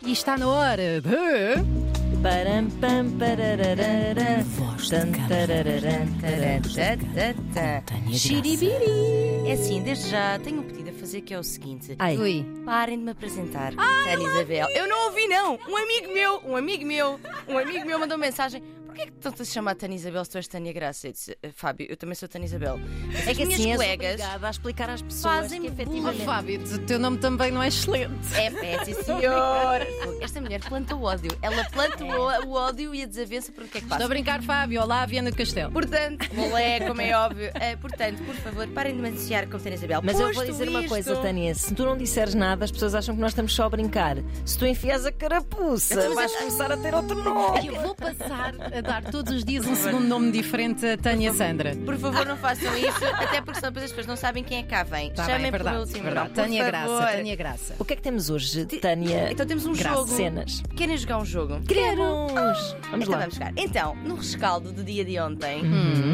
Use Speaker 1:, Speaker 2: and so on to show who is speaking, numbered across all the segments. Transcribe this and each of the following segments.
Speaker 1: E está na hora de.
Speaker 2: Param, pam, parararara.
Speaker 3: Voz de
Speaker 2: Tan,
Speaker 3: cabra.
Speaker 2: tarararã, tarará,
Speaker 3: Voz de
Speaker 2: tá, tá, tá.
Speaker 3: Não tenha
Speaker 2: Xiribiri. É assim, desde já tenho um pedido a fazer que é o seguinte.
Speaker 3: Ai,
Speaker 1: Ui.
Speaker 2: Parem de me apresentar. Ana Isabel. Eu não ouvi, não. Um amigo meu, um amigo meu, um amigo meu mandou mensagem. Porquê é que estão-te a chamar Tânia Isabel se tu és Tânia Graça? Eu disse, "Eh, Fábio, eu também sou Tânia Isabel. Mas
Speaker 3: é que
Speaker 2: as minhas
Speaker 3: assim és
Speaker 2: colegas.
Speaker 3: obrigada a explicar às pessoas
Speaker 2: fazem
Speaker 3: que
Speaker 1: Oh,
Speaker 3: efetivamente...
Speaker 1: Fábio, o teu nome também não é excelente.
Speaker 2: É, é, sim, senhor. É. Esta mulher planta o ódio. Ela planta o, o ódio e a desavença por o que é que
Speaker 1: Estou a
Speaker 2: passa.
Speaker 1: brincar, Fábio. Olá, Viana do Castelo.
Speaker 2: Portanto, olé, como é óbvio. Eh, portanto, por favor, parem de me associar com Tânia Isabel.
Speaker 3: Mas eu vou
Speaker 2: Posto
Speaker 3: dizer uma
Speaker 2: isto-
Speaker 3: coisa, Tânia. Se tu não disseres nada, as pessoas acham que nós estamos só a brincar. Se tu enfias a carapuça,
Speaker 2: Então, Mas
Speaker 3: vais
Speaker 2: eu-
Speaker 3: começar a ter outro nome.
Speaker 1: É Eu vou passar a dar todos os dias um segundo nome diferente a Tânia Sandra.
Speaker 2: Por favor, não façam isso, até porque senão depois as pessoas não sabem quem é cá vem.
Speaker 1: Tá
Speaker 2: Chamem
Speaker 1: bem, é
Speaker 2: pelo
Speaker 1: verdade.
Speaker 2: meu
Speaker 1: é
Speaker 2: último
Speaker 1: verdade.
Speaker 2: nome. por
Speaker 1: Tânia Graça,
Speaker 2: favor.
Speaker 1: Tânia Graça.
Speaker 3: O que é que temos hoje, Tânia?
Speaker 2: Então temos um
Speaker 3: Graça,
Speaker 2: jogo.
Speaker 3: cenas.
Speaker 2: Querem jogar um jogo?
Speaker 3: Queremos! Vamos
Speaker 2: então
Speaker 3: lá.
Speaker 2: vamos jogar. Então, no rescaldo do dia de ontem,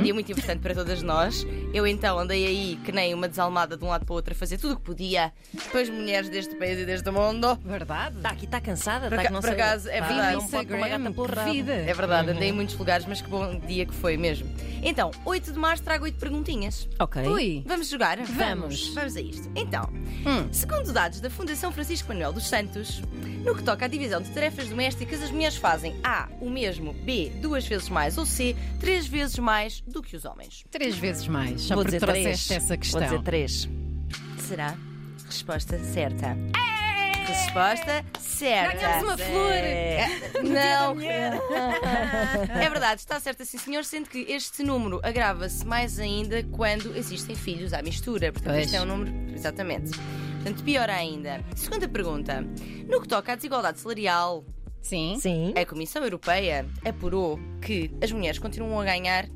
Speaker 2: dia muito importante para todas nós, eu então andei aí que nem uma desalmada de um lado para o outro a fazer tudo o que podia pelas mulheres deste país e deste mundo.
Speaker 1: Verdade?
Speaker 3: Está Tá aqui, está cansada? Está
Speaker 2: aca-
Speaker 3: que não
Speaker 2: por
Speaker 3: sei-
Speaker 2: acaso, é
Speaker 3: Tá,
Speaker 2: verdade.
Speaker 3: não pode com uma gata
Speaker 1: Instagram,
Speaker 3: pelo rabo.
Speaker 1: que vida.
Speaker 2: É verdade, andei em muitos lugares, mas que bom dia que foi mesmo. Então, 8 de março trago 8 perguntinhas.
Speaker 3: Ok.
Speaker 1: Ui.
Speaker 2: Vamos jogar?
Speaker 1: Vamos.
Speaker 2: Vamos a isto. Então,
Speaker 1: Hum.
Speaker 2: segundo dados da Fundação Francisco Manuel dos Santos, no que toca à divisão de tarefas domésticas, as mulheres fazem A, o mesmo, B, duas vezes mais ou C, três vezes mais do que os homens.
Speaker 1: Três vezes mais. Só
Speaker 3: Vou
Speaker 1: porque
Speaker 3: dizer
Speaker 1: trouxeste
Speaker 3: três.
Speaker 1: essa questão.
Speaker 3: Vou dizer três.
Speaker 2: Será? Resposta certa. É. Resposta certa.
Speaker 1: Ganhamos uma
Speaker 3: É,
Speaker 1: flor!
Speaker 2: Não. É verdade, está certo assim, senhor, sendo que este número agrava-se mais ainda quando existem filhos à mistura. Portanto,
Speaker 1: Pois.
Speaker 2: este é um número. Exatamente. Portanto, pior ainda. Segunda pergunta. No que toca à desigualdade salarial,
Speaker 1: Sim.
Speaker 3: Sim.
Speaker 2: a Comissão Europeia apurou que as mulheres continuam a ganhar.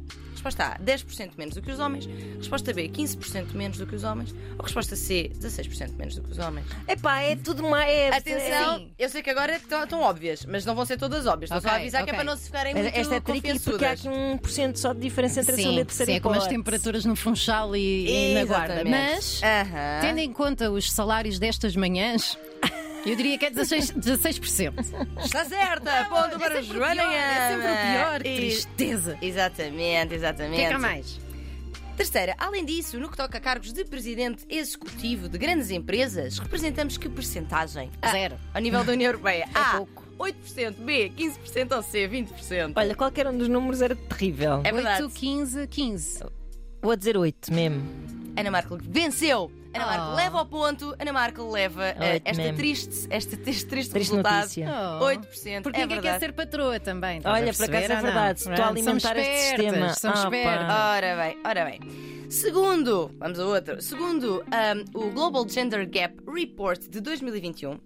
Speaker 2: Resposta A, 10% menos do que os homens. Resposta B, 15% menos do que os homens. Ou resposta C, 16% menos do que os homens.
Speaker 3: Epá, é tudo mais. é-
Speaker 2: Atenção,
Speaker 1: Sim.
Speaker 2: eu sei que agora estão estão óbvias, mas não vão ser todas óbvias. Estou só a
Speaker 1: Ok,
Speaker 2: avisar que
Speaker 1: ok.
Speaker 2: é para não se ficarem
Speaker 3: Mas
Speaker 2: muito
Speaker 3: Esta é tricky porque há
Speaker 2: confiançudas.
Speaker 3: aqui 1% só de diferença entre a
Speaker 1: Sim,
Speaker 3: segunda e a terceira
Speaker 1: sim, é como as
Speaker 3: hipótese.
Speaker 1: temperaturas no Funchal e, e na Guarda.
Speaker 2: Exatamente.
Speaker 1: Mas,
Speaker 2: Aham.
Speaker 1: tendo em conta os salários destas manhãs, eu diria que é 16%. 16%.
Speaker 2: Está certa! Ponto para
Speaker 1: é sempre o
Speaker 2: então Joana!
Speaker 1: pior, é sempre o pior. Que
Speaker 2: E-
Speaker 1: Tristeza.
Speaker 2: Exatamente,
Speaker 1: O
Speaker 2: exatamente.
Speaker 1: que é que há mais?
Speaker 2: Terceira, além disso, no que toca a cargos de presidente executivo de grandes empresas, representamos que percentagem?
Speaker 1: Zero.
Speaker 2: A, ao nível da União Europeia.
Speaker 1: é
Speaker 2: a,
Speaker 3: pouco.
Speaker 2: 8%, B, 15% ou C, 20%.
Speaker 3: Olha, qualquer um dos números era terrível.
Speaker 2: é verdade. É
Speaker 1: 8, 15, 15.
Speaker 3: Vou dizer 8 mesmo.
Speaker 2: Ana Markel venceu! Ana
Speaker 1: Oh.
Speaker 2: Markel leva ao ponto, Ana Markel leva eh,
Speaker 3: oito
Speaker 2: esta
Speaker 3: mesmo.
Speaker 2: triste, este triste, triste
Speaker 3: Triste
Speaker 2: resultado.
Speaker 3: notícia.
Speaker 1: Oh.
Speaker 2: 8%.
Speaker 1: Porque
Speaker 2: é
Speaker 1: ninguém quer
Speaker 2: verdade.
Speaker 1: ser patroa também. estás
Speaker 3: Olha,
Speaker 1: a
Speaker 3: por acaso
Speaker 1: perceber,
Speaker 3: é
Speaker 1: ou
Speaker 3: verdade,
Speaker 1: não?
Speaker 3: se tu
Speaker 1: Pronto,
Speaker 3: alimentar
Speaker 1: somos
Speaker 3: este
Speaker 1: espertas,
Speaker 3: sistema.
Speaker 1: Somos
Speaker 3: Ah, pá.
Speaker 1: espertas.
Speaker 2: Ora bem, ora bem. Segundo, vamos a outro. Segundo ahm, o Global Gender Gap Report de 2021,
Speaker 1: Hum.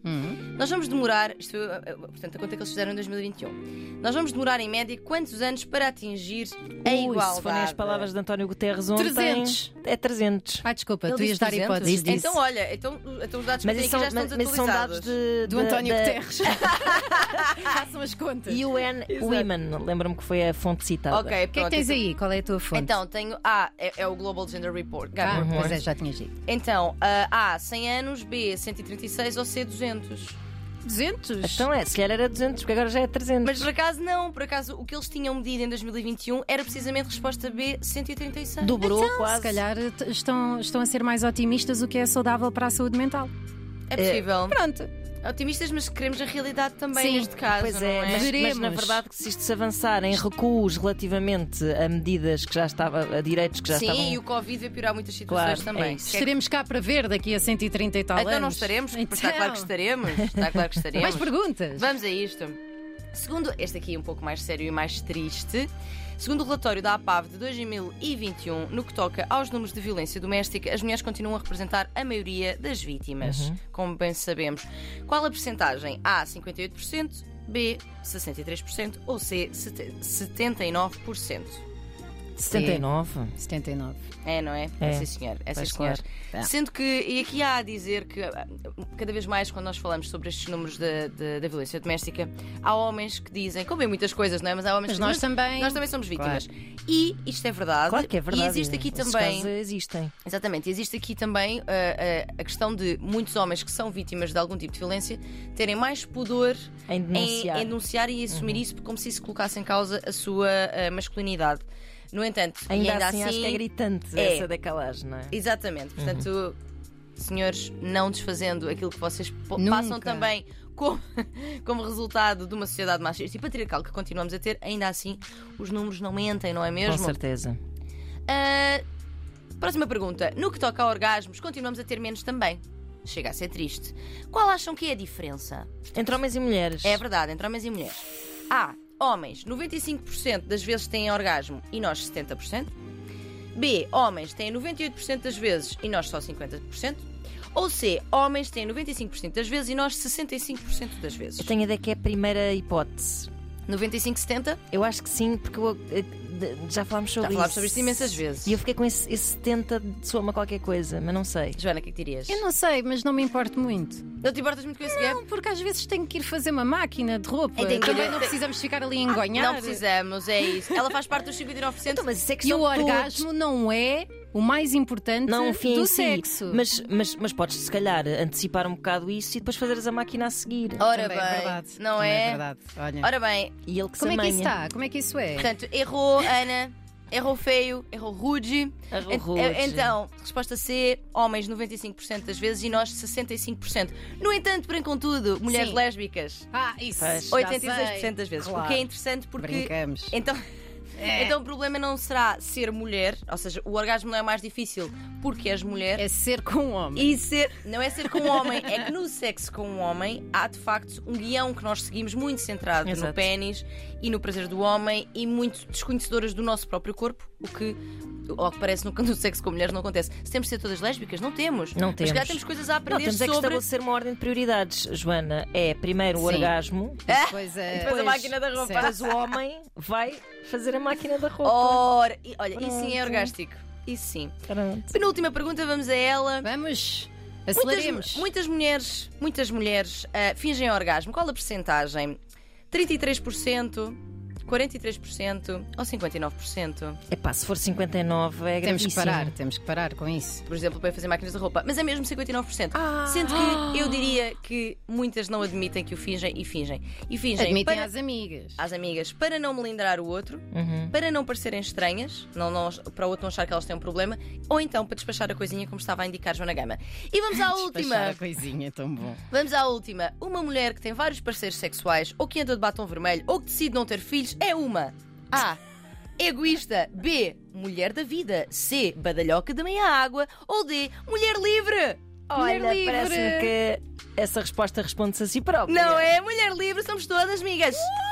Speaker 2: nós vamos demorar, isto foi, ah, ah, portanto, a conta que eles fizeram em 2021, nós vamos demorar em média quantos anos para atingir a
Speaker 3: Ui,
Speaker 2: igualdade?
Speaker 3: Se forem as palavras de António Guterres ontem.
Speaker 1: 300.
Speaker 3: É 300.
Speaker 1: Ai, Ah, desculpa,
Speaker 2: Ele
Speaker 1: tu ias
Speaker 2: disse
Speaker 1: dar
Speaker 2: 300?
Speaker 1: hipóteses disso.
Speaker 2: Então, olha, então, então os dados
Speaker 3: Mas,
Speaker 2: que eu tenho
Speaker 3: isso são,
Speaker 2: aqui já
Speaker 3: mas,
Speaker 2: estão
Speaker 3: mas são
Speaker 2: desatualizados.
Speaker 3: dados de,
Speaker 1: Do
Speaker 3: da-
Speaker 1: António
Speaker 3: da
Speaker 1: Guterres. Façam as contas.
Speaker 3: UN Women. Lembro-me que foi a fonte citada.
Speaker 2: Ok,
Speaker 1: O que é que tens aí? Qual é a tua fonte?
Speaker 2: Então, tenho A, é, é o Global Gender Report. Gap
Speaker 3: Uhum.
Speaker 1: ah,
Speaker 2: Report.
Speaker 1: pois é, já tinhas dito.
Speaker 2: Então, ah, A, 100 anos, B, 136 ou C, 200.
Speaker 1: 200?
Speaker 3: Então é, se calhar era 200, porque agora já é 300.
Speaker 2: Mas por acaso não, por acaso o que eles tinham medido em 2021 era precisamente resposta B, 136.
Speaker 3: Dobrou quase.
Speaker 1: se calhar t- estão, estão a ser mais otimistas, o que é saudável para a saúde mental.
Speaker 2: É possível.
Speaker 1: Pronto.
Speaker 2: Otimistas, mas queremos a realidade também
Speaker 1: Sim,
Speaker 2: neste caso.
Speaker 3: Pois
Speaker 2: não
Speaker 3: é,
Speaker 2: é?
Speaker 3: mas, mas na
Speaker 1: Veremos.
Speaker 3: verdade que se isto se avançar em recuos relativamente a medidas que já estava, a direitos que já
Speaker 2: Sim,
Speaker 3: estavam.
Speaker 2: e o Covid vai piorar muitas situações
Speaker 3: Claro,
Speaker 2: também.
Speaker 3: é
Speaker 2: Que
Speaker 3: isso.
Speaker 2: é que-
Speaker 1: Estaremos cá para ver daqui a 130 e tal
Speaker 2: Então não
Speaker 1: anos.
Speaker 2: estaremos, porque
Speaker 1: Então,
Speaker 2: está claro que estaremos. Está claro que estaremos.
Speaker 1: Mais perguntas?
Speaker 2: Vamos a isto. Segundo, este aqui é um pouco mais sério e mais triste. Segundo o relatório da APAV de 2021, no que toca aos números de violência doméstica, as mulheres continuam a representar a maioria das vítimas, como bem sabemos. Qual a percentagem? A, 58%, B, 63% ou C, sete- 79%.
Speaker 3: 79?
Speaker 1: 79.
Speaker 2: É, não é?
Speaker 3: É.
Speaker 2: É, sim, senhor. É, sim,
Speaker 3: Pois,
Speaker 2: senhor.
Speaker 1: claro. É.
Speaker 2: Sendo que, e aqui há a dizer que, ah, cada vez mais, quando nós falamos sobre estes números da, da, da violência doméstica, há homens que dizem, como em muitas coisas, não é? Mas há homens
Speaker 1: Mas
Speaker 2: que
Speaker 1: nós
Speaker 2: dizem,
Speaker 1: também-
Speaker 2: Nós também somos vítimas. E isto é verdade.
Speaker 3: Claro que é verdade. é-
Speaker 2: E existe aqui
Speaker 3: Esses
Speaker 2: também.
Speaker 3: casos existem.
Speaker 2: Exatamente, existe aqui também ah, ah, a questão de muitos homens que são vítimas de algum tipo de violência terem mais pudor
Speaker 3: Em denunciar.
Speaker 2: em denunciar e assumir
Speaker 3: Uhum.
Speaker 2: isso como se isso colocasse em causa a sua ah, masculinidade. No entanto, e
Speaker 3: Ainda, assim, acho que é gritante
Speaker 2: É.
Speaker 3: essa da calagem, não é?
Speaker 2: Exatamente, portanto, senhores, não desfazendo aquilo que vocês po-
Speaker 1: Nunca.
Speaker 2: passam também como, como resultado de uma sociedade machista e patriarcal que continuamos a ter, ainda assim os números não mentem, não é
Speaker 3: Com
Speaker 2: mesmo?
Speaker 3: certeza.
Speaker 2: Ah, próxima pergunta. No que toca a orgasmos, continuamos a ter menos também. Chega a ser triste. Qual acham que é a diferença?
Speaker 3: Entre homens e mulheres.
Speaker 2: É verdade, entre homens e mulheres. A. Homens, 95% das vezes têm orgasmo e nós 70%. B. Homens têm 98% das vezes e nós só 50%. Ou C. Homens têm 95% das vezes e nós 65% das vezes.
Speaker 3: Eu tenho a ideia que é a primeira hipótese.
Speaker 2: 95, 70?
Speaker 3: Eu acho que sim, porque eu, eh, de- já falámos sobre
Speaker 2: Já
Speaker 3: isso.
Speaker 2: falámos sobre isto imensas vezes.
Speaker 3: E eu fiquei com esse, esse 70 de soma qualquer coisa, mas não sei.
Speaker 2: Joana, o que é que dirias?
Speaker 1: Eu não sei, mas não me importo muito.
Speaker 2: Não te importas muito com esse gap?
Speaker 1: Não, porque às vezes tenho que ir fazer uma máquina de roupa.
Speaker 2: Eu tenho É, que
Speaker 1: Também
Speaker 2: ir- Ah,
Speaker 1: não precisamos ficar ali a engonhar.
Speaker 2: Não precisamos, é isso. Ela faz parte dos 59%.
Speaker 3: Então, mas isso é que
Speaker 1: E o
Speaker 3: são todos.
Speaker 1: orgasmo não é o mais importante
Speaker 3: Não um fim
Speaker 1: do
Speaker 3: em si.
Speaker 1: sexo.
Speaker 3: Mas, mas, mas podes, se calhar, antecipar um bocado isso e depois fazeres a máquina a seguir.
Speaker 2: Ora
Speaker 1: Também
Speaker 2: bem,
Speaker 1: é verdade.
Speaker 2: não
Speaker 1: Também
Speaker 2: é?
Speaker 1: verdade. Olha.
Speaker 2: Ora bem,
Speaker 3: E ele que
Speaker 1: Como
Speaker 3: se
Speaker 1: é que
Speaker 3: amanha.
Speaker 1: isso está? Como é que isso é?
Speaker 2: portanto, errou Ana, errou feio, errou rude.
Speaker 3: Errou
Speaker 2: En-
Speaker 3: rude.
Speaker 1: é.
Speaker 2: eh, Então, resposta C, homens 95% das vezes e nós 65%. No entanto, porém, contudo, mulheres
Speaker 1: Sim.
Speaker 2: lésbicas
Speaker 1: Ah, isso. já
Speaker 3: Pois.
Speaker 1: sei.
Speaker 2: 86% das vezes. O
Speaker 1: Claro. É.
Speaker 2: que é interessante porque.
Speaker 1: Brincamos.
Speaker 2: Então, então o problema não será ser mulher, ou seja, o orgasmo não é mais difícil porque és mulher.
Speaker 1: É ser com um homem.
Speaker 2: E ser, não é ser com um homem, é que no sexo com um homem há de facto um guião que nós seguimos muito centrado
Speaker 3: Exato.
Speaker 2: no pênis e no prazer do homem e muito desconhecedoras do nosso próprio corpo, o que. Ou que parece no, no sexo com mulheres não acontece. Se temos de ser todas lésbicas, não temos.
Speaker 3: Não
Speaker 2: Mas se calhar temos
Speaker 3: temos.
Speaker 2: coisas a
Speaker 3: Não,
Speaker 2: aprender
Speaker 3: temos é que
Speaker 2: sobre.
Speaker 3: estabelecer uma ordem de prioridades, Joana. É primeiro o
Speaker 1: Sim.
Speaker 3: orgasmo,
Speaker 1: Depois é.
Speaker 2: Depois a máquina da
Speaker 1: Sim.
Speaker 2: roupa.
Speaker 3: depois o homem vai fazer a máquina da roupa.
Speaker 2: Ora, e- olha, isso sim é
Speaker 3: Pronto.
Speaker 2: orgástico. Isso sim.
Speaker 3: Pronto.
Speaker 2: Penúltima pergunta, vamos a ela.
Speaker 1: Vamos,
Speaker 2: Muitas,
Speaker 1: aceleremos.
Speaker 2: muitas mulheres, muitas mulheres ah, fingem orgasmo. Qual a percentagem? 33%, 43% ou 59%?
Speaker 3: Epá, se for 59
Speaker 1: Temos
Speaker 3: é
Speaker 1: que
Speaker 3: gravíssimo.
Speaker 1: parar, temos que parar com isso.
Speaker 2: Por exemplo, para fazer máquinas de roupa. Mas é mesmo 59%.
Speaker 1: Ah.
Speaker 2: Sendo que eu diria que muitas não admitem que o fingem e fingem. E fingem
Speaker 1: Admitem
Speaker 2: para-
Speaker 1: às amigas.
Speaker 2: às amigas para não melindrar o outro,
Speaker 3: Uhum.
Speaker 2: para não parecerem estranhas, não, não- para o outro não achar que elas têm um problema, ou então para despachar a coisinha como estava a indicar Joana Gama. E vamos à
Speaker 1: Despachar
Speaker 2: última.
Speaker 1: a coisinha, é tão bom.
Speaker 2: Vamos à última. Uma mulher que tem vários parceiros sexuais, ou que anda de batom vermelho, ou que decide não ter filhos, é uma. A. Egoísta. B. Mulher da vida. C. Badalhoca de meia água. Ou D. Mulher livre.
Speaker 3: Olha,
Speaker 1: Mulher livre.
Speaker 3: parece-me que essa resposta responde-se a si própria.
Speaker 2: Não é? Mulher livre, somos todas, amigas. Uh!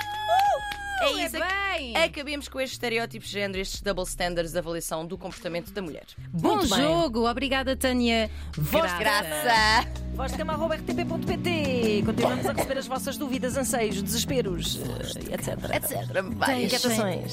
Speaker 2: É isso. ac-
Speaker 1: bem.
Speaker 2: Acabemos com estes estereótipos de género, estes double standards de avaliação do comportamento da mulher.
Speaker 1: Bom
Speaker 3: Muito bem.
Speaker 1: jogo, obrigada Tânia.
Speaker 3: Voz
Speaker 2: Graça.
Speaker 3: Vozcama.rtp.pt Continuamos a receber as vossas dúvidas, anseios, desesperos, eh, etc.
Speaker 2: Etc. Vai.
Speaker 1: Deixem.
Speaker 3: Inquietações.